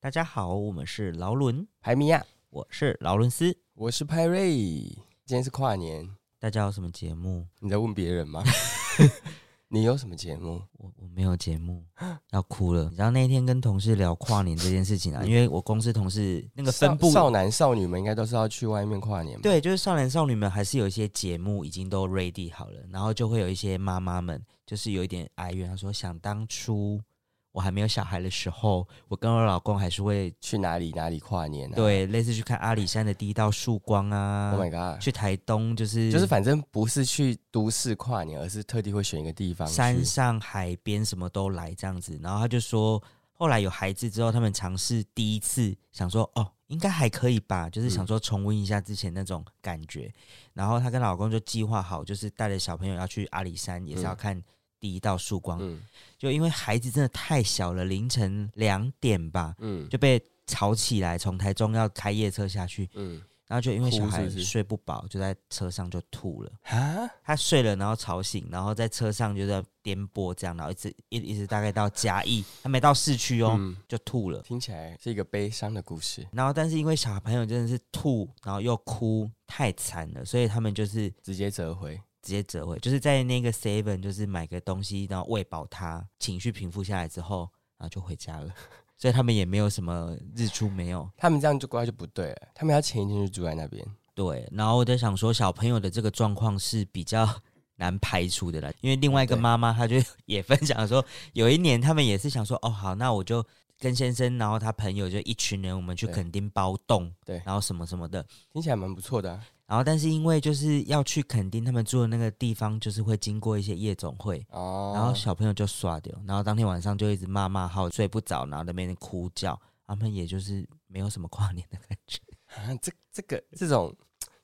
大家好，我们是劳伦，排米亚，我是劳伦斯。我是派瑞。今天是跨年，大家有什么节目？你在问别人吗？你有什么节目？我我没有节 目，要哭了。你知道那天跟同事聊跨年这件事情啊，因为我公司同事那个分布嗯少少男少女们应该都是要去外面跨年吧？对，就是少男少女们还是有一些节目已经都 ready 好了，然后就会有一些妈妈们就是有一点哀怨，她说想当初我还没有小孩的时候，我跟我老公还是会去哪里哪里跨年啊？对类似去看阿里山的第一道曙光啊，Oh，my god，去台东就是就是反正不是去都市跨年，而是特地会选一个地方去山上海边什么都来这样子，然后他就说，后来有孩子之后，他们尝试第一次想说，哦，应该还可以吧，嗯就是想说重温一下之前那种感觉。然后她跟老公就计划好，就是带着小朋友要去阿里山，也是要看第一道曙光。嗯就因为孩子真的太小了，凌晨两点吧嗯就被吵起来，从台中要开夜车下去，嗯然后就因为小哭是孩不是睡不饱，就在车上就吐了。啊，他睡了，然后吵醒，然后在车上就在颠簸这样，然后一直一一直大概到嘉义，还没到市区哦，嗯，就吐了。听起来是一个悲伤的故事，然后但是因为小朋友真的是吐，然后又哭，太惨了，所以他们就是直接折回。直接折回，就是在那个 Seven 就是买个东西，然后喂饱他，情绪平复下来之后，然后就回家了。 所以他们也没有什么日出没有他们这样就乖就不对了，他们要前一天就住在那边。对，然后我在想说，小朋友的这个状况是比较 难排除的啦，因为另外一个对妈妈她就 也分享说，有一年他们也是想说，哦好，那我就跟先生，然后他朋友就一群人，我们去对垦丁包栋，对然后什么什么的，听起来蛮不错的、啊、然后但是因为就是要去垦丁，他们住的那个地方就是会经过一些夜总会。哦。然后小朋友就耍掉，然后当天晚上就一直骂骂号，睡不着，然后在那边哭叫，他们也就是没有什么跨年的感觉。啊，这这个这种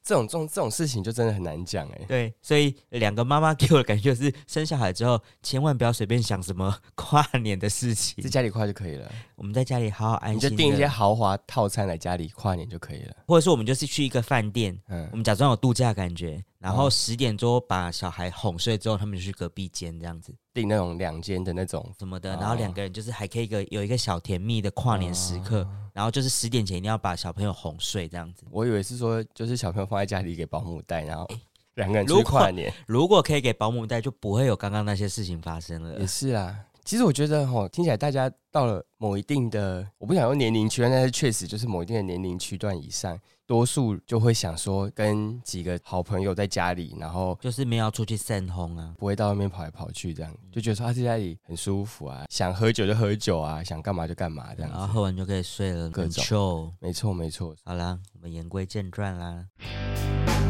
这种这种这种事情就真的很难讲哎、对，所以两个妈妈给我的感觉就是，生小孩之后千万不要随便想什么跨年的事情在。家里跨就可以了，我们在家里好好安你心地，就订一些豪华套餐来家里跨年就可以了。或者是我们就是去一个饭店，我嗯，们假装有度假的感觉，然后哦十点钟把小孩哄睡之后，他们就去隔壁间这样子订那种两间的那种什么的，哦然后两个人就是还可以一个有一个小甜蜜的跨年时刻，哦然后就是十点前一定要把小朋友哄睡这样子。我以为是说，就是小朋友放在家里给保姆带，然后两个人哎如出去果跨年如果可以给保姆带，就不会有刚刚那些事情发生了也。是啦。其实我觉得哈，听起来大家到了某一定的，我不想用年龄区段，但是确实就是某一定的年龄区段以上，多数就会想说跟几个好朋友在家里，然后就是没有要出去散轰啊，不会到外面跑来跑去，这样就觉得说啊他在家里很舒服啊，想喝酒就喝酒啊，想干嘛就干嘛这样然后子。喝完就可以睡了，各很种 chill 没错，没错。好啦，我们言归正传啦。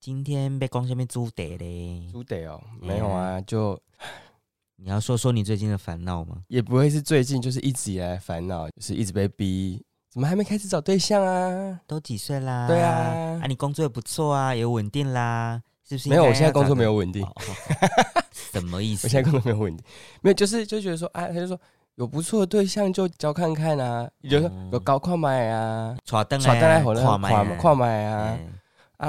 今天被光下面租得嘞，猪得哦，没有啊，就你要说说你最近的烦恼吗？也不会是最近，就是一直以来的烦恼，就是一直被逼，怎么还没开始找对象啊？都几岁啦？对啊啊，你工作也不错啊，也稳定啦，是不是？没有，我现在工作没有稳定，哦。哦什么意 我思现在？工作没有稳定，没有，就是就觉得说，啊，他就说有不错的对象就交看看啊，你就说嗯有高跨买啊，耍灯耍单来火跨了，买跨跨买啊，嗯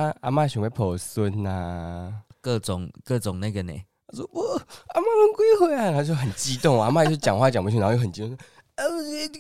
啊，阿妈想要抱孙啊呐。各种各种那个呢，他说我阿妈能归回来，啊他就很激动，阿妈就讲话讲不清，然后又很激动，啊，我觉得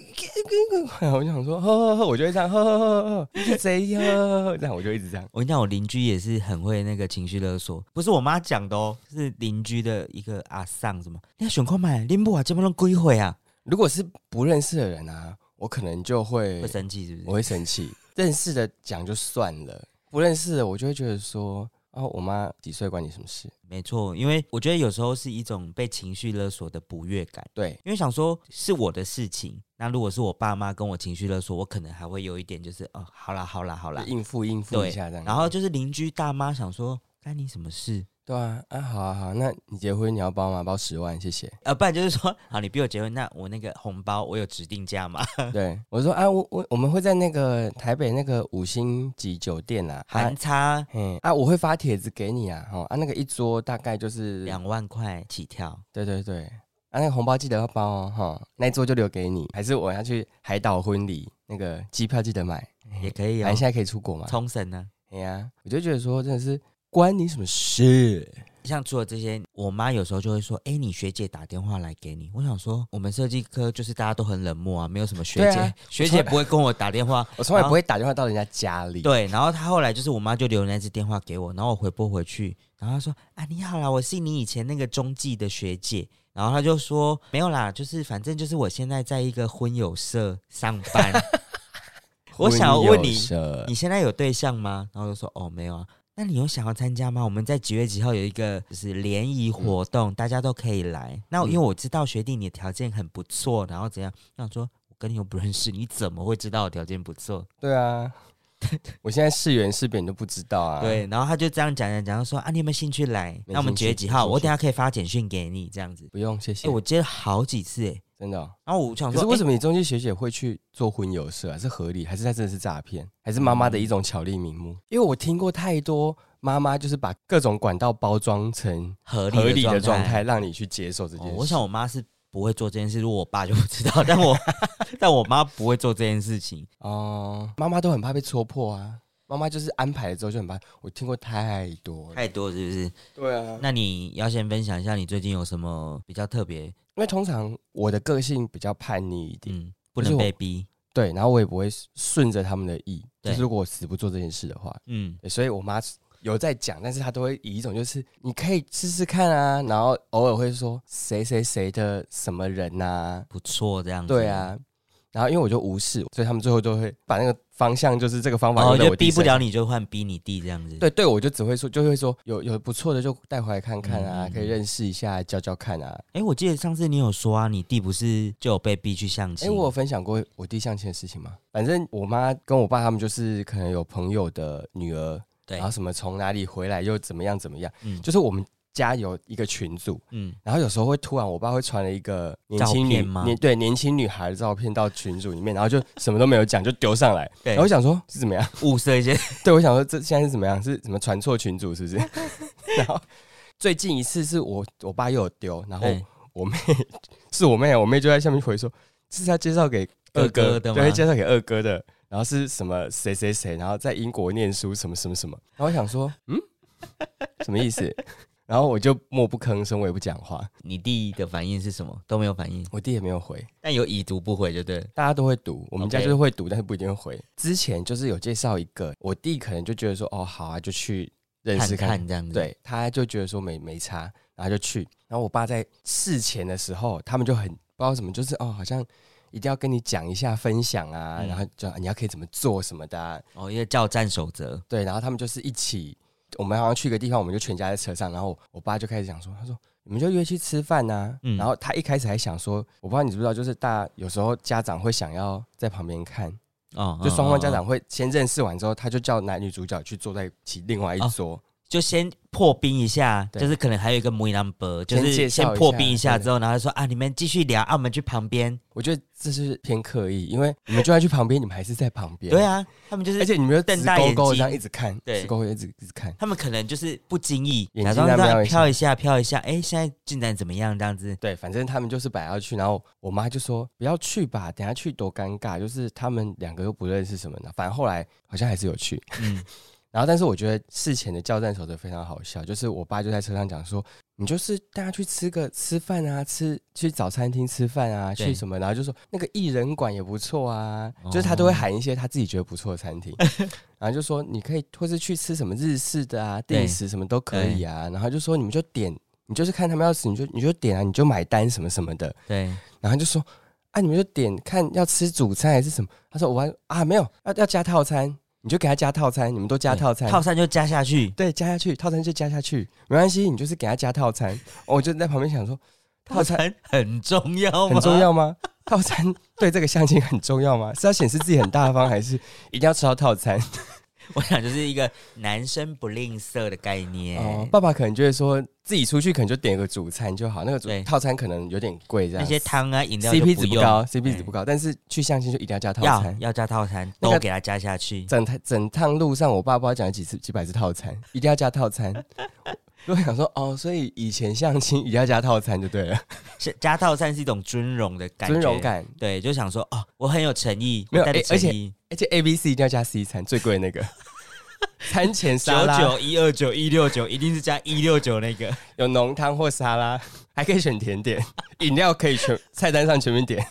然后我就想说，呵呵呵，我就会这样，呵呵呵呵，你是谁呀？这样我就一直这样，我跟你讲，我邻居也是很会那个情绪勒索，不是我妈讲的哦，是邻居的一个阿丧什么，你要选购买，拎不啊，这么弄归回啊，如果是不认识的人啊，我可能就会会生气是不我是？会生气，认识的讲就算了，不认识的我就会觉得说，啊，我妈几岁关你什么事？没错，因为我觉得有时候是一种被情绪勒索的不悦感，对，因为想说是我的事情，那如果是我爸妈跟我情绪勒索，我可能还会有一点就是哦，好啦好啦好啦就，应付应付一下这样，然后就是邻居大妈想说干你什么事？对啊，啊好啊好，那你结婚你要包吗？包十万，谢谢。呃，不然就是说，好，你逼我结婚，那我那个红包我有指定价吗？ 对，我说啊，我我我们会在那个台北那个五星级酒店啊，啊含差嘿啊，我会发帖子给你啊，哦啊，那个一桌大概就是，两万块起跳。对对对，啊那个红包记得要包哦，哈、那一桌就留给你，还是我要去海岛婚礼，那个机票记得买，也可以反哦正。现在可以出国嘛，冲绳呢？啊哎呀、我就觉得说真的是关你什么事，像除了这些，我妈有时候就会说：“哎、你学姐打电话来给你。”我想说，我们设计科就是大家都很冷漠啊，没有什么学对啊姐， 学姐不会跟我打电话。我从来不会打电话到人家家里。对，然后她后来就是我妈就留那只电话给我，然后我回拨回去，然后她说：“啊，你好啦，我是你以前那个中继的学姐。”然后她就说：“没有啦，就是反正就是我现在在一个婚友社上班。 我想要问你你现在有对象吗？”然后就说：“哦，没有啊。”那你有想要参加吗？我们在几月几号有一个就是联谊活嗯动，大家都可以来。那因为我知道学弟你的条件很不错，然后怎样？我想说，我跟你又不认识，你怎么会知道我条件不错？对啊， 我现在是圆是扁都不知道啊。，对，然后他就这样讲讲讲，说啊，你有没有兴趣来？那我们兴几月趣几没号？兴我趣等下可以发简讯给你这样子。不用谢哎、谢。我接了好几次哎、真的哦、然后我想可说，是为哎什么你中介学姐会去做婚友社啊？是合理，还是她真的是诈骗，还是妈妈嗯的一种巧立名目？因为我听过太多妈妈就是把各种管道包装成哎合合理理的的状状态，让你去接受这件哦事。我想我妈是不会做这件事，如果我爸就不知道，但我 但我妈不会做这件事情。哦，妈妈都很怕被戳破啊。妈妈就是安排了之后就很怕，我听过太多了。太多是不是？对啊，那你要先分享一下你最近有什么比较特别，因为通常我的个性比较叛逆一点，嗯，不就是能我被逼，对，然后我也不会顺着他们的意，就对是如果我死不做这件事的话，嗯，对所以我妈有在讲，但是她都会以一种就是你可以试试看啊，然后偶尔会说谁谁谁的什么人呐、不错这样子。对，啊，然后因为我就无视，所以他们最后都会把那个方向就是这个方法然后用在我哦就逼弟不身上了你，就换逼你弟这样子。对对，我就只会说，就会说有有不错的就带回来看看啊，嗯嗯可以认识一下，教教看啊。哎、我记得上次你有说啊，你弟不是就有被逼去相哎、亲？我有分享过我弟相亲的事情吗？反正我妈跟我爸他们就是可能有朋友的女儿，对然后什么从哪里回来又怎么样怎么样，嗯啊就是我们家有一个群组，嗯，然后有时候会突然我爸会传了一个年轻照女片吗年对年轻女孩的照片到群组里面，然后就什么都没有讲就丢上来，对然后我想说是怎么样？ 物色一些，对，我想说这现在是怎么样？是怎么传错群主是 不是？然后最近一次是我我爸又有丢，然后对我妹是我妹，我妹就在下面回说这是要介绍给二哥哥哥的吗对，介绍给二哥的。然后是什么谁谁谁，然后在英国念书什么什么什么。然后我想说，嗯，什么意思？ 然后我就默不吭声，我也不讲话。你弟的反应是什么？都没有反应，我弟也没有回，但有已读不回就对了。大家都会读，我们家 OK 就是会读，但是不一定会回。之前就是有介绍一个，我弟可能就觉得说，哦，好啊，就去认识看看看这样子。，对，他就觉得说没没差，然后就去。然后我爸在事前的时候，他们就很不知道什么，就是哦，好像一定要跟你讲一下分享啊，嗯然后就你要可以怎么做什么的啊、哦，因为叫战守则，对，然后他们就是一起，我们好像去一个地方，我们就全家在车上，然后我我爸就开始讲说，他说你们就约去吃饭呐、嗯然后他一开始还想说，我不知道你知不知道，就是大家有时候家长会想要在旁边看，哦，就双方家哦长哦会先认识完之后，他就叫男女主角去坐在一起另外一哦桌。就先破冰一下，对就是可能还有一个母 number，就先介是绍先一下破冰一下对之后，然后说啊，你们继续聊，啊，我们去旁边。我觉得这是偏刻意，因为你们就算去旁边，你们还是在旁边。对，啊，他们就是，而且你们又瞪直大勾眼勾这睛样一直看，对直勾勾一直一直看。他们可能就是不经意，眼睛假装在这瞄样一下飘一下，飘一下，哎，现在进展怎么样？这样子，对，反正他们就是本来要去，然后我妈就说不要去吧，等下去多尴尬。就是他们两个又不认识什么的，反正后来好像还是有去。 嗯，然后，但是我觉得事前的交战守则非常好笑，就是我爸就在车上讲说，你就是大家去吃个吃饭啊，吃去早餐厅吃饭啊，对去什么，然后就说那个艺人馆也不错啊，哦就是他都会喊一些他自己觉得不错 的餐厅，然后就说你可以或是去吃什么日式的啊，对定时什么都可以啊，然后就说你们就点，你就是看他们要吃，你就你就点啊，你就买单什么什么的，对，然后就说啊，你们就点看要吃主餐还是什么，他说我还啊没有要要加套餐。你就给他加套餐，你们都加对套餐，套餐就加下去，对，加下去，套餐就加下去，没关系，你就是给他加套餐。 哦我就在旁边想说，套套餐餐很重要吗？啊很重要吗？套餐 对这个相亲很重要吗？是要显示自己很大方，还是一定要吃到套 餐？我想就是一个男生不吝啬的概念。哦，爸爸可能就会说，自己出去可能就点个主餐就好，那个主对套餐可能有点贵，这那样些汤啊、饮料就 CP 值不不用高，CP 值哎不高，但是去相亲就一定要加套要餐。要加套餐，那个都给他加下去。整趟整趟路上，我爸不知道讲了几次几百次套餐，一定要加 套餐。我想说，哦，所以以前相亲一定要加套餐就对了，是加套餐是一种尊荣的感觉，尊荣。感。对，就想说哦，我很有诚意，没有我带着哎而诚且意，而且 A、B、C 一定要加 C 餐，最贵的那个。餐前沙九拉九一二九一六九，一定是加一六九那个。 有浓汤或沙拉，还可以选甜点，饮料可以全菜单上全面点，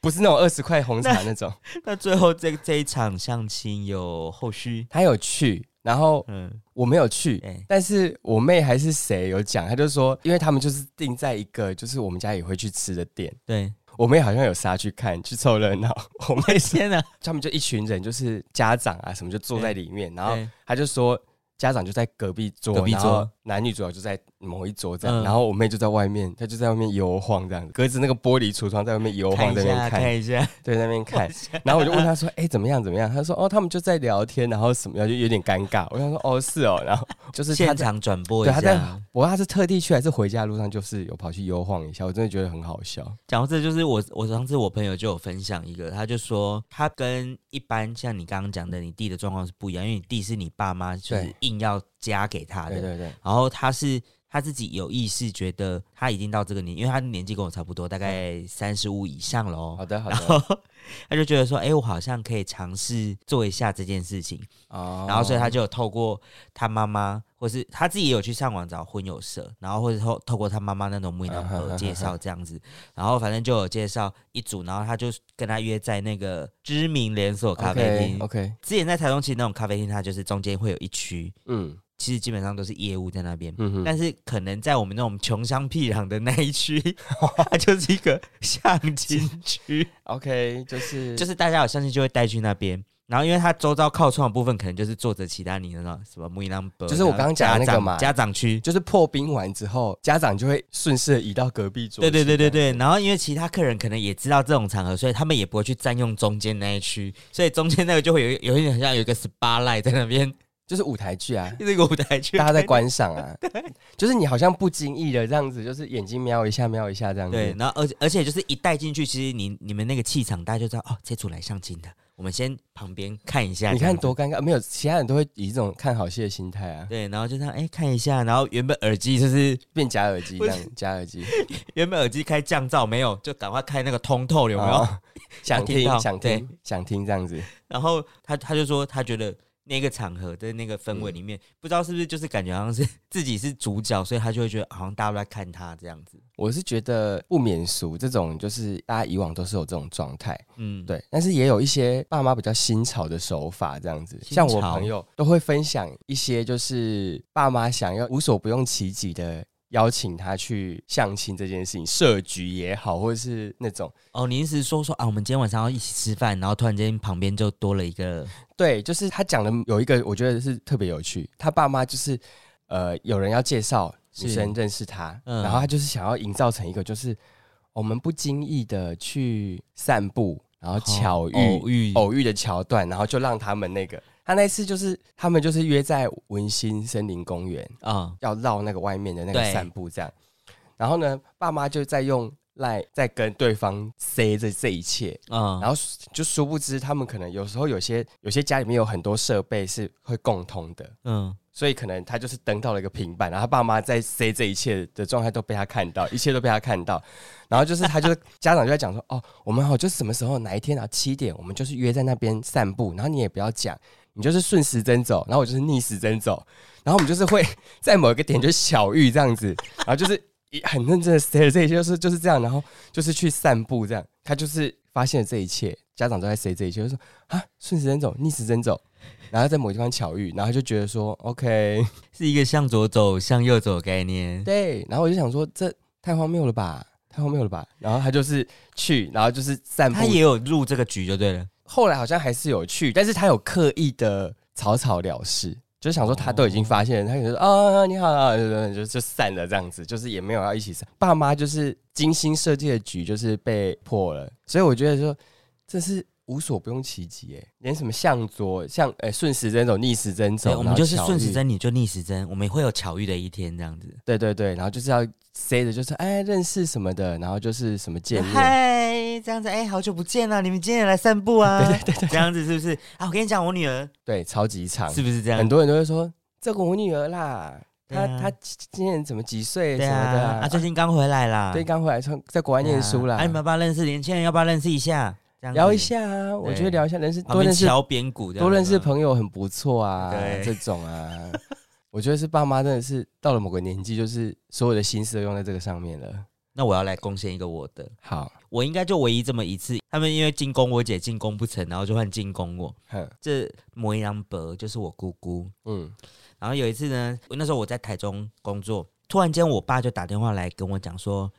不是那种二十块红茶那种。那最后这这一场相亲有后续？他有去，然后嗯，我没有去，哎但是我妹还是谁有讲，她就说，因为他们就是定在一个就是我们家也会去吃的店，对，我妹好像有杀去看去凑热闹，我妹是天哪，他们就一群人，就是家长啊什么就坐在里面，然后对她就说。家长就在隔壁桌，隔壁桌，男女主角就在某一桌这样，嗯然后我妹就在外面，她就在外面游晃这样子，隔着那个玻璃橱窗在外面游看晃，一在那下，边看一下，对，在那边看，然后我就问他说：“哎、怎么样？怎么样？”他说：“哦，他们就在聊天，然后什么样，就有点尴尬。”我想说：“哦，是哦。”然后就是他 现在，场转播一对，他在下。，我他是特地去还是回家路上，就是有跑去游晃一下，我真的觉得很好笑。讲到这，就是我我上次我朋友就有分享一个，他就说他跟一般像你刚刚讲的你弟的状况是不一样，因为你弟是你爸妈就是对硬要加给他对的，对对，然后他是他自己有意识觉得他已经到这个年，因为他年纪跟我差不多，大概三十五以上喽。好嗯的好然的。后他就觉得说，哎、我好像可以尝试做一下这件事情，哦然后所以他就有透过他妈妈，或是他自己也有去上网找婚友社，然后或者透透过他妈妈那种母婴啊男哈哈朋哈友介绍这样 子，然后反正就有介绍一组，然后他就跟他约在那个知名连锁咖啡厅。 OK，, 之前在台中其实那种咖啡厅，它就是中间会有一区，嗯其实基本上都是业务在那边。嗯哼，但是可能在我们那种穷乡僻壤的那一 区，它就是一个相亲区。 OK 就是就是是大家有相信就会带去那边。然后，因为他周遭靠窗的部分，可能就是坐着其他你那种什么木伊朗伯，啊就是我刚刚讲的那个嘛家长家长区。就是破冰完之后，家长就会顺势地移到隔壁桌对去这对样子。对对对。然后，因为其他客人可能也知道这种场合，所以他们也不会去占用中间那一区，所以中间那个就会有一有一点像有一个 SPA light 在那边，就是舞台剧啊，这个舞台区。大家在观 赏啊，就是你好像不经意的这样子，就是眼睛瞄一下瞄一下这样子。对，然后而且而且就是一带进去，其实你你们那个气场，大家就知道哦，这组来相亲的，我们先旁边看一下。你这样看多尴尬，没有其他人都会以这种看好戏的心态啊，对，然后就这样哎、看一下，然后原本耳机 就是变假耳机不这是样，假耳机原本耳机开降噪没有，就赶快开那个通透，有没有？ 哦想我听听到想听想听这样子，然后他他就说，他觉得那个场合在那个氛围里面，不知道是不是就是感觉好像是自己是主角，所以他就会觉得好像大家都在看他这样子。我是觉得不免俗，这种就是大家以往都是有这种状态，嗯，，对，但是也有一些爸妈比较新潮的手法这样子，新像我潮朋友都会分享一些就是爸妈想要无所不用其极的。邀请他去相亲这件事情，设局也好，或者是那种哦，你意思是说说啊，我们今天晚上要一起吃饭，然后突然间旁边就多了一个，对，就是他讲的有一个，我觉得是特别有趣。他爸妈就是呃，有人要介绍女是生认识他，嗯然后他就是想要营造成一个，就是我们不经意的去散步，然后巧遇、偶遇，偶遇的桥段，然后就让他们那个。他那次就是他们就是约在文心森林公园，啊、要绕那个外面的那个对散步这样。然后呢，爸妈就在用赖在跟对方 say 这这一切，啊、然后就殊不知，他们可能有时候有些有些家里面有很多设备是会共通的，嗯，所以可能他就是登到了一个平板，然后他爸妈在塞这一切的状态都被他看到，一切都被他看到。然后就是他就是家长就在讲说，哦，我们好就是什么时候哪一天啊七点，我们就是约在那边散步，然后你也不要讲，你就是顺时针走，然后我就是逆时针走，然后我们就是会在某一个点就小遇这样子，然后就是一很认真的塞了这一切，就是就是这样，然后就是去散步这样，他就是发现了这一切，家长都在塞这一切，就说啊顺时针走，逆时针走。然后在某地方巧遇，然后就觉得说 OK，是一个向左走、向右走的概念。对，然后我就想说这太荒谬了吧，太荒谬了吧。然后他就是去，然后就是散步他，也有入这个局就对了，后来好像还是有去，但是他有刻意的草草了事，就想说他都已经发现了，他可能说啊你好啊，就就就散了这样子，就是也没有要一起散。爸妈就是精心设计的局，就是被破了，所以我觉得说这是。无所不用其极，哎，连什么向左、向哎顺、时针走、逆时针走对，，我们就是然后巧顺时遇针，你就逆时针，我们会有巧遇的一天这样子。对对对，然后就是要 say 的，就是哎认识什么的，然后就是什么见面，嗨，这样子，哎、好久不见啦！你们今天也来散步啊？ 对对对这样子是不是？啊，我跟你讲，我女儿对，超级长，是不是这样很？多人都会说这个我女儿啦，对她啊她今年怎么几岁对啊什么的啊啊，啊，最近刚回来啦，啊对，刚回来从在国外念书啦哎、啊，你，们要不要认识年轻人？要不要认识一下？这样聊子一，下啊，我觉得对聊一下人生，旁多边认识敲边鼓这样子，啊多认识朋友很不错啊，对这种啊，我觉得是爸妈真的是到了某个年纪，就是所有的心思都用在这个上面了。那我要来贡献一个我的，好，我应该就唯一这么一次，他们因为进攻我姐进攻不成，然后就换进攻我。哼，这摩羊伯就是我姑姑，嗯，然后有一次呢，我那时候我在台中工作，突然间我爸就打电话来跟我讲说：“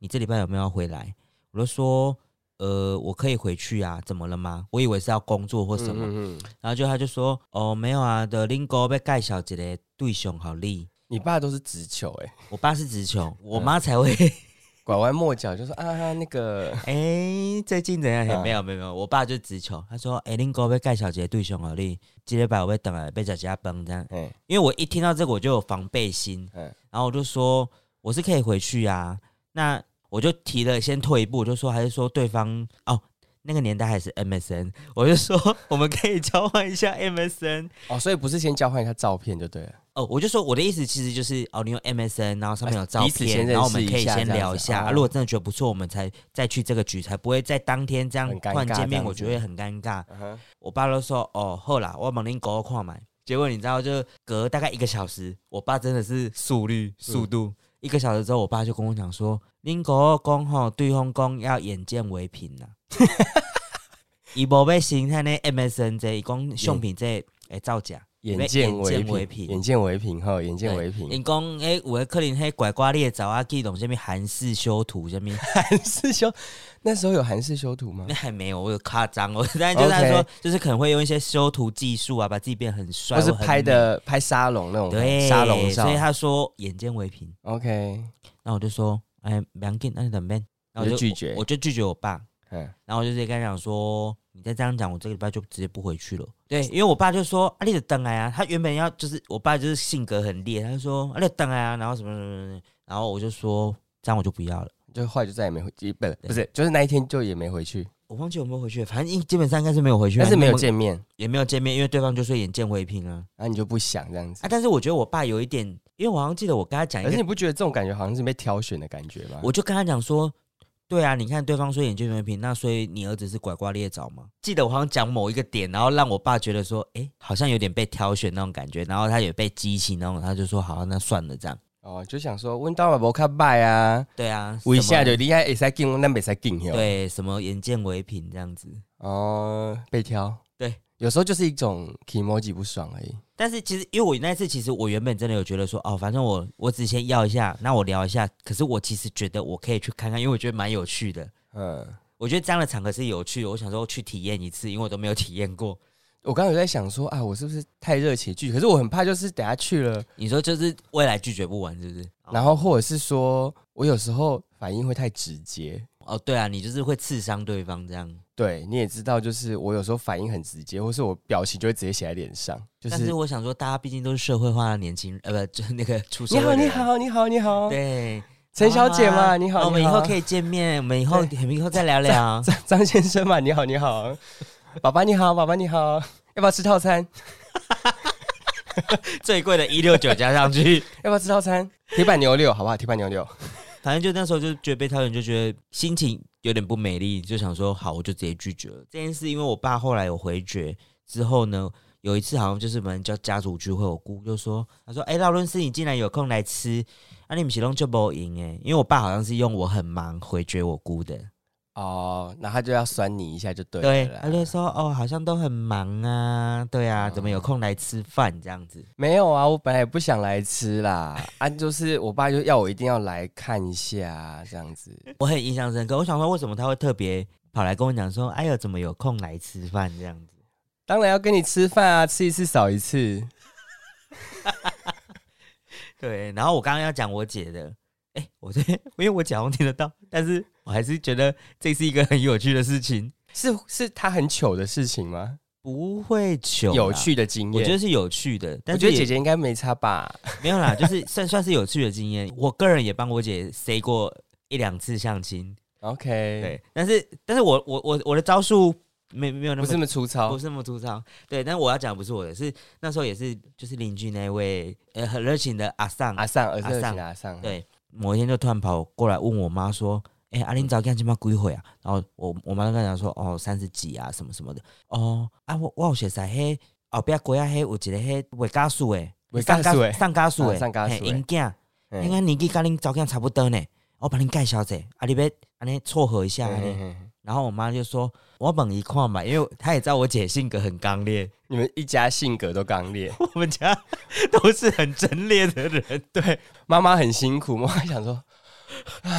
你这礼拜有没有要回来？”我就说：“呃，我可以回去啊，怎么了吗？”我以为是要工作或什么，嗯嗯嗯然后就他就说：“哦，没有啊，的林哥被盖小姐的对熊好力。你爸都是直球哎、”我爸是直 球，我妈才会 拐弯抹角就说啊那 个，哎、最近怎样？嗯没有没有没有，我爸就直球，他说：“哎、林哥被盖小姐的对熊好力，今天把我被等了被小姐崩这样。”哎、因为我一听到这个我就有防备心，嗯然后我就说我是可以回去啊。那我就提了，先退一步，我就说还是说对方哦，那个年代还是 MSN，我就说我们可以交换一下 MSN。哦，所以不是先交换一下照片就对了，哦，我就说我的意思其实就是哦，你用 MSN，然后上面有照啊彼此先认片，识然后我们可以一下先这样聊一子下。啊哦如果真的觉得不错，我们才再去这个局，才不会在当天这样很尴突尬然见这样面，子我觉得很尴尬。嗯哼，我爸都说哦，后啦，我帮恁狗狗看买。结果你知道，就隔大概一个小时，我爸真的是速率速度、一个小时之后，我爸就跟我讲说，恁狗狗讲吼，对方讲要眼见为凭 啦。伊无被形态呢 MSN 这伊讲相片这会造假，眼见为眼见为凭，凭眼见为凭哈，眼见为凭，因讲诶，有的可能迄拐瓜裂找啊，去懂什么韩式修图什么，韩式修那时候有韩式修图吗那？还没有，我有夸张哦。 但就是他说 OK 就是可能会用一些修图技术啊，把自己变得很帅，或是或很拍美的拍沙龙那种对哦沙龙照所以他说眼见为凭， ，OK，然后我就说哎，两件那你怎么办？然后我你就拒绝我，我就拒绝我爸，嗯，然后我就直接跟他讲说，你再这样讲，我这个礼拜就直接不回去了。对，因为我爸就说啊，你得等来啊，他原本要就是我爸就是性格很烈，他就说啊，你得等来啊，然后什么什么什么什么，然后我就说这样我就不要了。就后来就再也没回，不是对不是，就是那一天就也没回去，我忘记有没有回去，反正基本上应该是没有回去啊，但是因为没有我们见面，也没有见面，因为对方就说眼见为凭啊然后你就不想这样子啊！。但是我觉得我爸有一点，因为我好像记得我跟他讲一而个且你不觉得这种感觉好像是被挑选的感觉吗？哎我就跟他讲说，对啊，你看对方说眼见为凭，那所以你儿子是拐瓜裂枣吗？记得我好像讲某一个点，然后让我爸觉得说，诶，好像有点被挑选那种感觉，然后他也被激起那种，他就说好，那算了这样。哦，就想说温当然不看拜啊，对啊，我一下什就么厉害，也在进，那没在进哟。对啊什么眼见为凭这样子。哦，被挑，对，有时候就是一种 emoji 不爽而已。但是其实，因为我那次其实我原本真的有觉得说，哦，反正我我只先要一下，那我聊一下。可是我其实觉得我可以去看看，因为我觉得蛮有趣的。嗯，我觉得这样的场合是有趣的，我想说去体验一次，因为我都没有体验过。我刚刚有在想说啊，我是不是太热情拒绝？可是我很怕，就是等下去了，你说就是未来拒绝不完，是不是？然后或者是说我有时候反应会太直接。哦，对啊，你就是会刺伤对方这样，对，你也知道，就是我有时候反应很直接，或是我表情就会直接写在脸上，就但是是我想说，大家毕竟都是社会化的年轻人，呃，不， 就是那个出社你会好，的你人，好，你好，你好，对，陈小姐好啊嘛，你好，那我们你以好后可以见面，我们以后我对们以后再聊 聊。张张先生嘛，你好，你好，爸爸你好，爸爸你好，要不要吃套餐？最贵的一六九加上去，要不要吃套餐？铁板牛柳好不好？铁板牛柳，反正就那时候就觉得被挑选，就觉得心情有点不美丽，就想说好，我就直接拒绝了这件事。因为我爸后来有回绝之后呢，有一次好像就是我们叫家族聚会，我姑就说，她说：“哎、劳伦斯，你竟然有空来吃，啊，你们启动就不赢哎。”因为我爸好像是用我很忙回绝我姑的，哦，那他就要酸你一下就对对了，啦嗯他就说：“哦，好像都很忙啊，对啊，怎么有空来吃饭这样子没有啊，我本来也不想来吃啦，啊，就是我爸就要我一定要来看一下啊这样子，？”我很印象深刻，我想说为什么他会特别跑来跟我讲说：“哎呦，怎么有空来吃饭这样子当然要跟你吃饭啊，吃一次少一次。？”对，然后我刚刚要讲我姐的，哎，我这因为我姐好像听得到，但是我还是觉得这是一个很有趣的事情，是是他很糗的事情吗？不会糗，有。趣的经验，我觉得是有趣的，但是我觉得也姐姐应该没差吧。没有啦，就是算算是有趣的经验。我个人也帮我姐 say 过一两次相亲， OK，对，但是但是我我我我的招数没没有那么不是那么粗不糙，是那么粗糙，对。但我要讲的不是我的，是那时候也是就是邻居那位呃很热情的阿尚，阿尚，阿阿尚尚，阿尚，对，某一天就突然跑过来问我妈说：“哎、阿玲早干鸡巴几岁啊？然后我我妈就跟她讲说，哦，三十几啊，什么什么的。哦，啊，我我有熟识迄后壁街啊，迄有一个迄未加数诶，袂加数的上加数诶，啊上加数嘿的因囝，嗯应该年纪甲恁早干差不多呢。我把恁介绍者，啊，你要安尼撮合一下安嘿尼。嘿嘿然后我妈就说，我问一看嘛，因为她也知道我姐性格很刚烈， 你们一家性格都刚烈，我们家都是很真烈的人。 对，妈妈很辛苦，妈妈想说，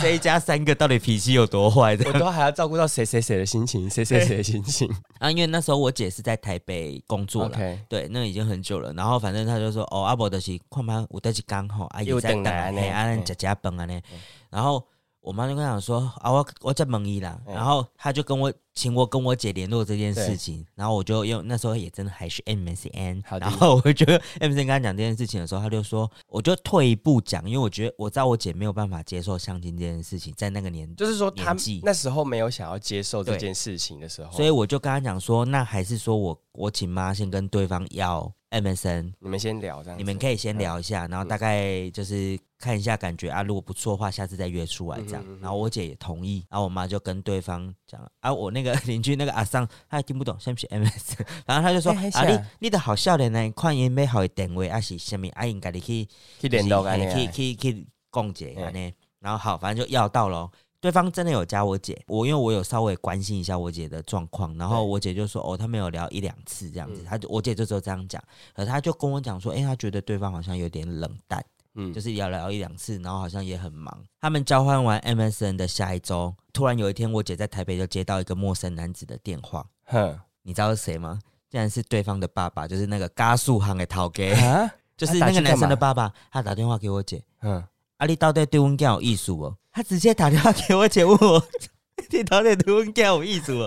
这一家三个到底脾气有多坏的我？都还要照顾到谁谁谁的心情，谁谁谁的心情。啊，因为那时候我姐是在台北工作了。 OK， 对，那已经很久了。然后反正他就说，哦，阿伯就是看嘛，有得是刚好，阿姨又在回等来啊，呢嗯嘿，阿嘿咱食食饭啊呢。然后我妈就跟他讲说，啊，我我在问伊啦。嗯然后他就跟我请我跟我姐联络这件对事情，然后我就用那时候也真的还是 MSN，好的然后我就 MSN 跟他讲这件事情的时候，他就说，我就退一步讲，因为我觉得我知道我姐没有办法接受相亲这件事情，在那个年代。就是说他年纪那时候没有想要接受这对件事情的时候，所以我就跟他讲说，那还是说我我请妈先跟对方要 MSN，你们先聊这样你子，们可以先聊一下，然后大概就是看一下感觉啊，如果不错的话，下次再约出来这样嗯哼嗯哼。然后我姐也同意，啊然后我妈就跟对方讲啊，我那个邻居那个阿桑，他也听不懂，像不是 MS，然后他就说哎还是啊，啊你你的好笑脸呢，看因要好电话啊是什么啊，应该你去去就是联络啊，嘿你去去去共解哎安尼，然后好，反正就要到咯。对方真的有加我姐，我因为我有稍微关心一下我姐的状况，然后对我姐就说哦，他们有聊一两次这样子，嗯她就我姐就只有这样讲，可她就跟我讲说，哎、她觉得对方好像有点冷淡，嗯就，是聊聊一两次，然后好像也很忙。他们交换完 MSN 的下一周，突然有一天，我姐在台北就接到一个陌生男子的电话，哼你知道是谁吗？竟然是对方的爸爸，就是那个嘎树行的陶给，啊， 就是他打那去个男生干嘛的爸爸，他打电话给我姐， 嗯，啊，你到底对阮囝有意思无？他直接打电话给我姐问我， 你到底对阮囝有意思无？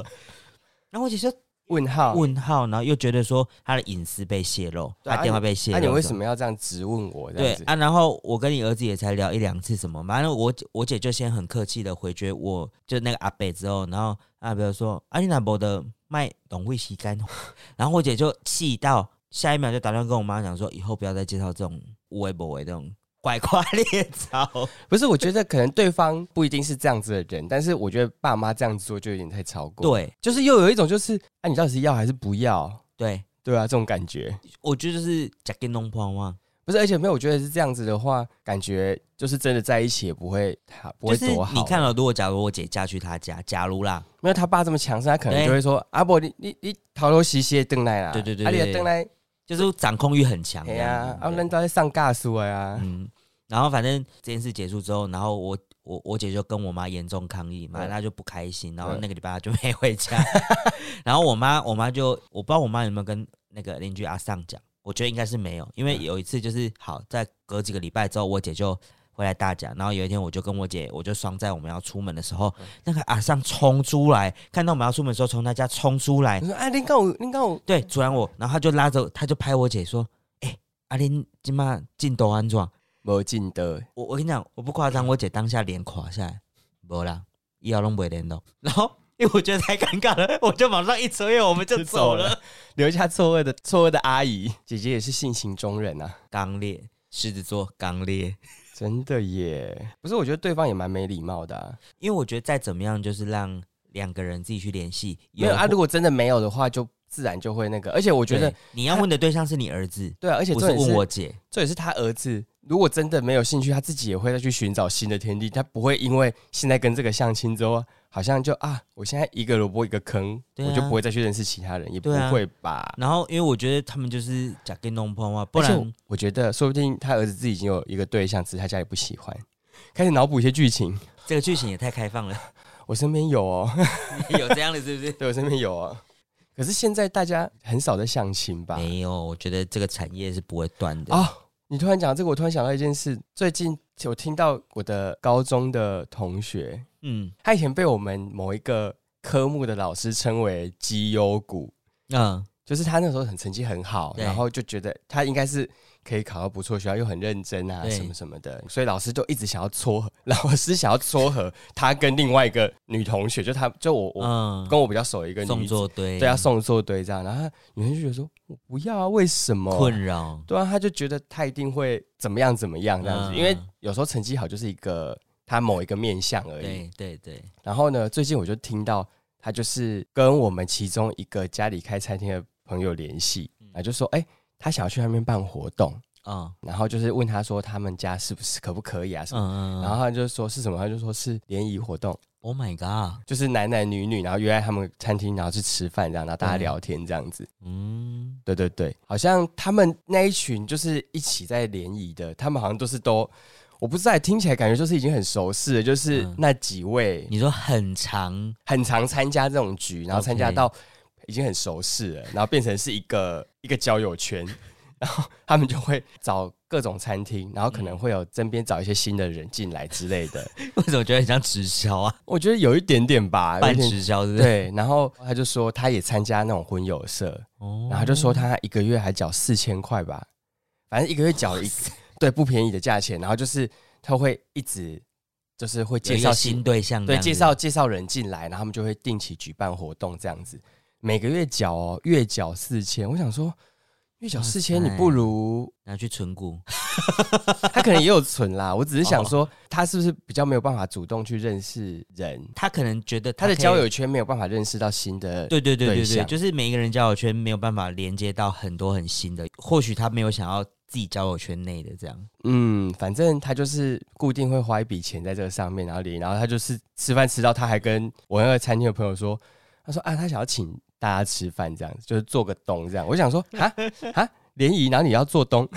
然后我姐说问号，问号，然后又觉得说他的隐私被泄露，对啊他电话被泄那、露，你为什么？么要这样质问我这对样子？啊，然后我跟你儿子也才聊一两次什么，反正我姐我姐就先很客气的回绝我，就那个阿伯之后，然后阿伯就说啊，你哪无的卖董会吸干，哦 然后我姐就气到下一秒就打电话跟我妈讲说，以后不要再介绍这种无为不为这种拐 瓜裂枣。不是，我觉得可能对方不一定是这样子的人，但是我觉得爸妈这样做就有点太超过。，对就是又有一种就是，啊，你到底是要还是不要？对，对啊，这种感觉。我觉得就是假给弄破嘛，不是，而且没有，我觉得是这样子的话，感觉就是真的在一起也不会好，不就会是多好。啊你看了，如果假如我姐嫁去他家，假如啦，没有他爸这么强势，他可能对就会说：“阿伯、不你你你头头洗洗邓来啦，对对对啊，你对的邓来，就是掌控欲很强这哎样呀子，啊，对人都在上尬输了呀。 嗯，然后反正这件事结束之后，然后我我我姐就跟我妈严重抗议嘛，嗯她就不开心，然后嗯那个礼拜她就没回家， 然后我妈我妈就我不知道我妈有没有跟那个邻居阿尚讲，我觉得应该是没有，因为有一次就是好在隔几个礼拜之后，我姐就。回来大家，然后有一天我就跟我姐，我就双在我们要出门的时候，那个阿尚冲出来，看到我们要出门的时候，从他家冲出来我，说：“哎，你跟我，你跟我，对，阻拦我，然后他就拉着，他就拍我姐说：“哎、阿玲今嘛进度安装。”没进的，我我跟你讲，我不夸张，嗯我姐当下脸垮下来，没啦，以后拢不会联络。然后因为我觉得太尴尬了，我就马上一抽烟，我们就走了。留下错愕的错愕的阿姨。”姐姐也是性情中人 啊。刚烈，狮子座刚烈，真的耶，不是，我觉得对方也蛮没礼貌的、啊。因为我觉得再怎么样，就是让两个人自己去联系。没有啊，或如果真的没有的话，就自然就会那个。而且我觉得，对你要问的对象是你儿子，对啊，而且不重是点问是，我姐。重点是他儿子，如果真的没有兴趣，他自己也会再去寻找新的天地。他不会因为现在跟这个相亲之后，好像就啊，我现在一个萝卜一个坑，对啊我就不会再去认识其他人，也不对啊会吧？然后因为我觉得他们就是假跟弄破话，不而且然我觉得，说不定他儿子自己已经有一个对象，只是他家里不喜欢，开始脑补一些剧情。这个剧情也太开放 了。我身边有哦， 有这样的是不是？对我身边有哦。可是现在大家很少在相亲吧？没有，我觉得这个产业是不会断的。啊、你突然讲这个，我突然想到一件事。最近我听到我的高中的同学，嗯他以前被我们某一个科目的老师称为“绩优股嗯，”，就是他那时候很成绩很好，对然后就觉得他应该是可以考到不错学校，又很认真啊，对什么什么的，所以老师就一直想要撮合， 老师想要撮合他跟另外一个女同学，就他就我我、嗯，跟我比较熟的一个送女子，作堆，对他啊送作堆这样，然后他女生就觉得说：“我不要啊，为什么？”困扰，对啊，他就觉得他一定会怎么样怎么样这样子，嗯因为有时候成绩好就是一个它某一个面相而已。对对对，然后呢，最近我就听到他就是跟我们其中一个家里开餐厅的朋友联系，啊，就说哎、他想要去那边办活动，嗯然后就是问他说他们家是不是可不可以啊什么。嗯嗯，然后他就说是什么？他就说是联谊活动， Oh my God，就是男男女女，然后约在他们餐厅，然后去吃饭这样，然后大家嗯聊天这样子。嗯，对对对，好像他们那一群就是一起在联谊的，他们好像都是都，我不知道，听起来感觉就是已经很熟识了，就是嗯那几位你说很长， 很常参加这种局，然后参加 OK 到已经很熟识了，然后变成是一个一个交友圈， 然后他们就会找各种餐厅，然后可嗯能会有身边找一些新的人进来之类的， 为什么觉得很像直销啊？我觉得有一点点吧，有一半点直销是不是？对，然后他就说他也参加那种婚友社，哦然后他就说他一个月还缴四千块吧，反正一个月缴一对不便宜的价钱，然后就是他会一直就是会有介一个绍新对象嗯这对样子，介绍介绍人进来，然后他们就会定期举办活动这样子，每个月缴哦，月缴四千，我想说。月缴哇四千，塞你不如拿去存股，他可能也有存啦。我只是哦想说，他是不是比较没有办法主动去认识人，他可能觉得他的可以交友圈没有办法认识到新的对对对对对，对象就是每一个人交友圈没有办法连接到很多很新的，或许他没有想要自己交友圈内的这样。嗯，反正他就是固定会花一笔钱在这个上面，然后联谊，然后他就是吃饭吃到他还跟我那个餐厅的朋友说，他说啊，他想要请大家吃饭这样子，就是做个东这样。我想说啊啊，联谊，然后你要做东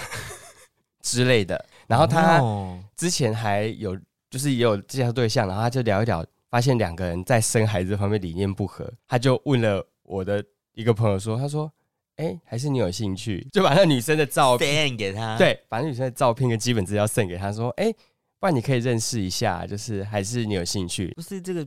之类的。然后他哦之前还有就是也有介绍对象，然后他就聊一聊，发现两个人在生孩子方面理念不合，他就问了我的一个朋友说，他说哎、还是你有兴趣，就把那女生的照片。 send 给他，，对，把女生的照片跟基本资料送给他，说：“哎、不然你可以认识一下，就是还是你有兴趣不是这个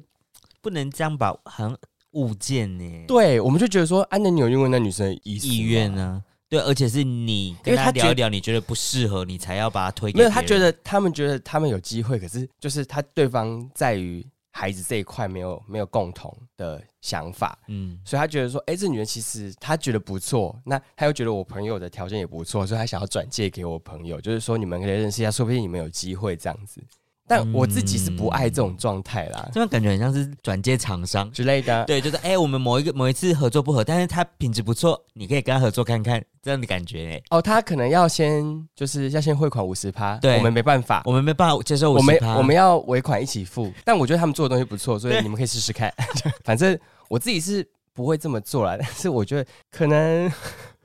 不能这样把很物件呢？”，对，我们就觉得说，啊，那你有问过那女生的意思意愿吗？呢？对，而且是你因跟为他他觉聊一聊，你觉得不适合，你才要把他推给没别有，人。他觉得他们觉得他们有机会，可是就是他对方在于孩子这一块没有没有共同的想法，嗯，所以他觉得说，哎、这女人其实他觉得不错，那他又觉得我朋友的条件也不错，所以他想要转借给我朋友，就是说你们可以认识一下，说不定你们有机会这样子。但我自己是不爱这种状态啦、这样感觉很像是转接厂商。之类的啊。对，就是哎、我们某一个某一次合作不合，但是他品质不错，你可以跟他合作看看，这样的感觉哎、哦，他可能要先就是要先汇款五十趴，对我们没办法，我们没办法接受我们50%我们要尾款一起付。但我觉得他们做的东西不错，所以对你们可以试试看。 反正我自己是不会这么做啦，但 是我觉得可能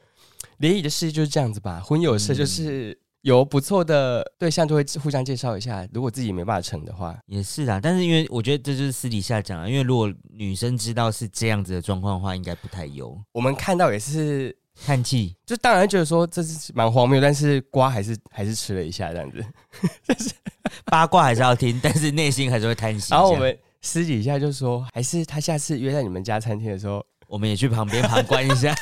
联谊的事就是这样子吧，婚嗯友社就是有不错的对象就会互相介绍一下，如果自己没办法成的话，也是啦，但是因为我觉得这就是私底下讲啊了，因为如果女生知道是这样子的状况的话，应该不太有我们看到也是。叹气。就当然觉得说这是蛮荒谬，但是瓜还是还是吃了一下这样子。八卦还是要听，但是内心还是会叹息。然后我这样们私底下就说，还是他下次约在你们家餐厅的时候，我们也去旁边旁观一 下，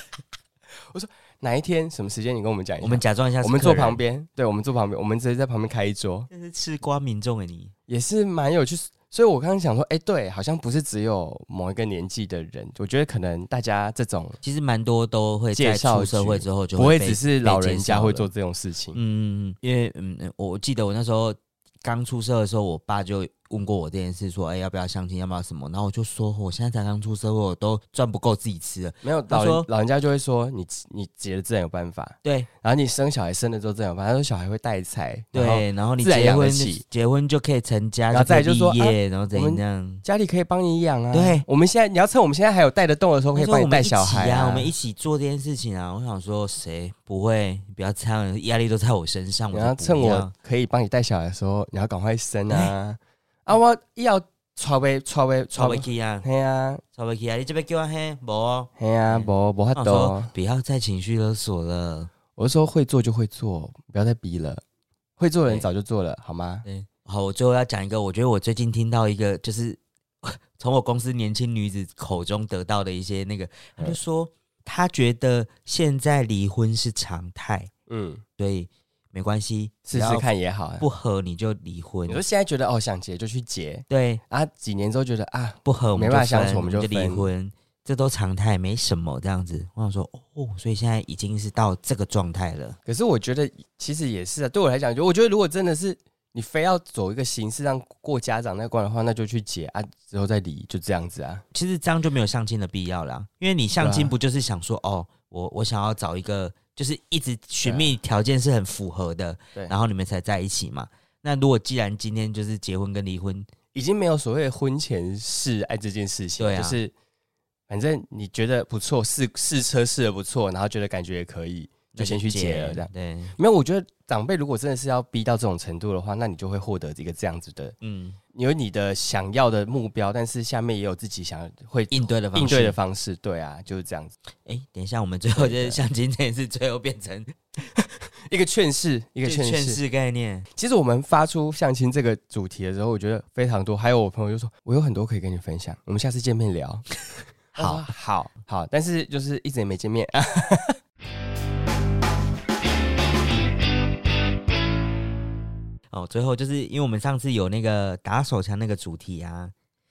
哪一天什么时间你跟我们讲一下。我们假装一下是我们坐客人旁，边，对，我们坐旁边，我们直接在旁边开一桌，这是吃瓜民众哎你。也是蛮有趣。所以我刚刚想说，哎、对，好像不是只有某一个年纪的人，我觉得可能大家这种其实蛮多都会在介绍出社会之后就不会被只是老人家会。被介绍做了这种事情。嗯嗯嗯，因为嗯，嗯我我记得我那时候刚出社会的时候，我爸就问过我这件事，说哎、要不要相亲，要不要什么？然后我就说我现在才刚出社会，我都赚不够自己吃了。没有他老人说老人家就会说，你你结了自然有办法，对，然后你生小孩生了之后自然有办法。他说小孩会带财，然后对，然后你自然结养得婚起结婚就可以成家，然后再来就可以说立啊业，然后怎我们样？家里可以帮你养啊。对我们现在你要趁我们现在还有带得动的时候，可以他说帮我你们带一小起孩啊，我们一起做这件事情啊。我想说，谁不会？不要这样，压力都在我身上，我你要就不趁要我可以帮你带小孩的时候，你要赶快生哎啊！啊，我要揣呗揣呗吵揣不呗，起啊，嘿啊吵不起啊！你这边叫我嘿，无哦。嘿啊，无无法我想度说。，不要再情绪勒索了。我是说会做就会做，不要再逼了。会做的人对早就做了，好吗？对，好，我最后要讲一个，我觉得我最近听到一个，就是 从我公司年轻女子口中得到的一些那个，她就嗯说她觉得现在离婚是常态。嗯，所以没关系，只试试要看也好啊。不合你就离婚你。说现在觉得哦想结就去结对，啊，几年之后觉得啊，不合我们没就办法相分处我我们就就离分婚，这都常态，没什么这样子。我想说，哦，所以现在已经是到这个状态了。可是我觉得其实也是啊，对我来讲，就我觉得如果真的是你非要走一个形式让过家长那关的话，那就去结啊，之后再离，就这样子啊。其实这样就没有相亲的必要啦，因为你相对亲啊不就是想说，哦，我我想要找一个，就是一直寻对啊觅条件是很符合的，对然后你们才在一起嘛。那如果既然今天就是结婚跟离婚，已经没有所谓婚前示爱这件事情，对啊就是反正你觉得不错，试试车试的不错，然后觉得感觉也可以，那就先去结了这样。对，没有，我觉得长辈如果真的是要逼到这种程度的话，那你就会获得一个这样子的，嗯，有你的想要的目标，但是下面也有自己想要会应对的方式。应对的方式。对啊，就是这样子，哎、等一下，我们最后就对是的相亲这件事，最后变成一个劝世，一个对劝劝世。世概念。其实我们发出相亲这个主题的时候，我觉得非常多，还有我朋友就说，我有很多可以跟你分享，我们下次见面聊。好我说好好，但是就是一直也没见面。哦，最后就是因为我们上次有那个打手枪那个主题啊，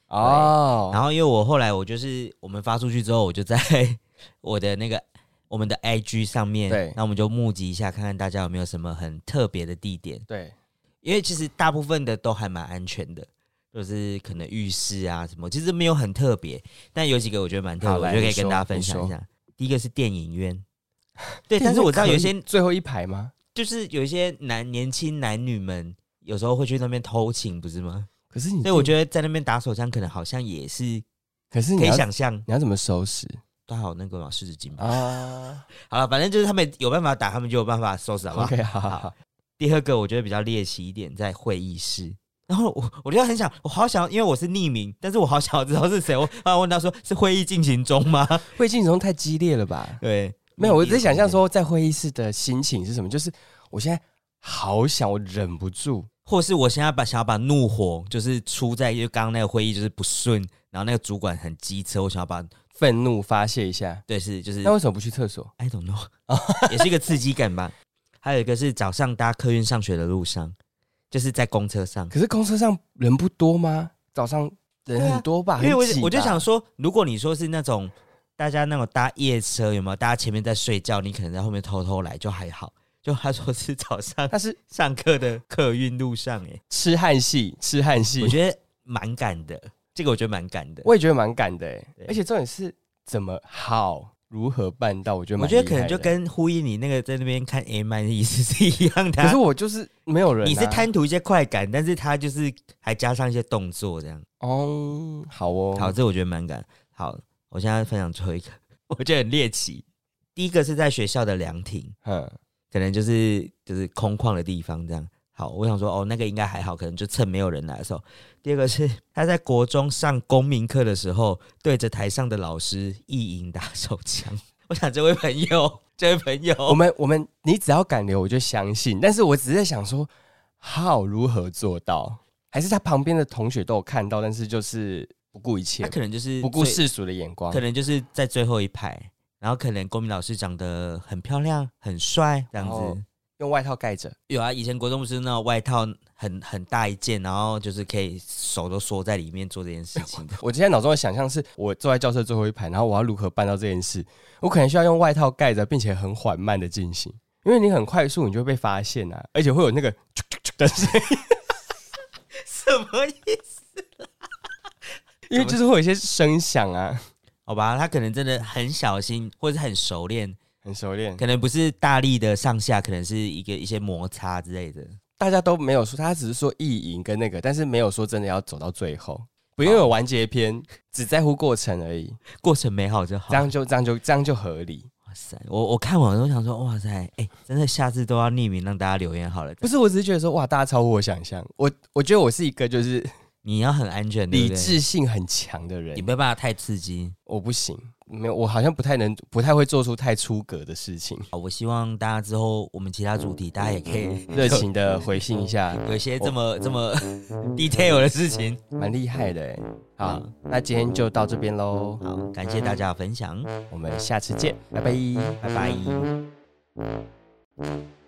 哦，然后因为我后来我就是我们发出去之后，我就在 我的那个我们的 IG 上面，对那我们就募集一下，看看大家有没有什么很特别的地点，对，因为其实大部分的都还蛮安全的。就是可能浴室啊什么，其实没有很特别，但有几个我觉得蛮特别，好我来就可以你说跟大家分享一你下。第一个是电影院， 对，哎但是我知道有一些最后一排吗？就是有一些男年轻男女们有时候会去那边偷情，不是吗？可是你，所以我觉得在那边打手枪，可能好像也是可是可你以要想象，你要怎么收拾刚好那个嘛湿纸巾吧。啊好了，反正就是他们有办法打，他们就有办法收拾，好不好？OK，好好好， 第二个我觉得比较猎奇一点，在会议室。然后我我就很想，我好想要，因为我是匿名，但是我好想要知道是谁。我啊问他说是会议进行中吗？ 会进中太激烈了吧？对，没有，我在在想象，说在会议室的心情是什么，就是我现在好想，我忍不住。或是我现在把想要把怒火就是出在，因为刚刚那个会议就是不顺，然后那个主管很机车，我想要把愤怒发泄一下，对是就是那为什么不去厕所？ I don't know，也是一个刺激感吧。还有一个是早上搭客运上学的路上，就是在公车上，可是公车上人不多吗？早上对人啊很多吧？因为我很挤吧我就想，说，如果你说是那种大家那种搭夜车，有没有？大家前面在睡觉，你可能在后面偷偷来就还好。就他说是早上他是上课的客运路上、 欸，痴汉系，痴汉系，我觉得蛮赶的，这个我觉得蛮赶的。我也觉得蛮赶的欸对，而且重点是怎么好，如何办到？我觉得我蛮觉得可能厉害就的，跟呼应你那个在那边看 A 漫的意思是一样 的啊、可是我就是没有人啊、你是贪图一些快感，但是他就是还加上一些动作这样。哦，好哦，好，这我觉得蛮感。好，我现在分享最后一个， 我觉得很猎奇。第一个是在学校的凉亭，嗯，可能就是就是空旷的地方这样。好，我想说哦，那个应该还好，可能就趁没有人来的时候。第二个是 他在国中上公民课的时候，对着台上的老师意淫打手枪。 我想这位朋友， 这位朋友，我们我们你只要敢留，我就相信。但是我只是在想说，好如何做到？还是他旁边的同学都有看到，但是就是不顾一切他，可能就是不顾最世俗的眼光可。能就是在最后一排，然后可能公民老师长得很漂亮、很帅这样然后子。用外套盖着，。有啊，以前国中不是那种外套很很大一件，然后就是可以手都缩在里面做这件事情的我今天脑中的想象是我坐在教室最后一排，然后我要如何办到这件事？我可能需要用外套盖着，并且很缓慢的进行，因为你很快速，你就会被发现啊，而且会有那个的声音，什么意思？ 因为就是会有一些声响啊，好吧，他可能真的很小心，或者是很熟练，很熟练。可能不是大力的上下，可能是一个一些摩擦之类的。大家都没有说，他只是说意淫跟那个，但是没有说真的要走到最后，不用有完结篇，只在乎过程而已。过程美好就好。这样就这样就这样就合理。哇塞，我我看完都想说，哇塞，哎、真的下次都要匿名让大家留言好了。不是，我只是觉得说，哇，大家超乎我想象。我我觉得我是一个就是你要很安全，对不理对智性很强的人你，没办法太刺激。我不行，没有，我好像不太能，不太会做出太出格的 事情。好，我希望大家之后我们其他主题，大家也可以嗯热情哦的回信一下，有一些这么这么 detail 的事情。蛮厉害的哎。好嗯，那今天就到这边喽，好，感谢大家的分享，我们下次见，拜拜。拜拜。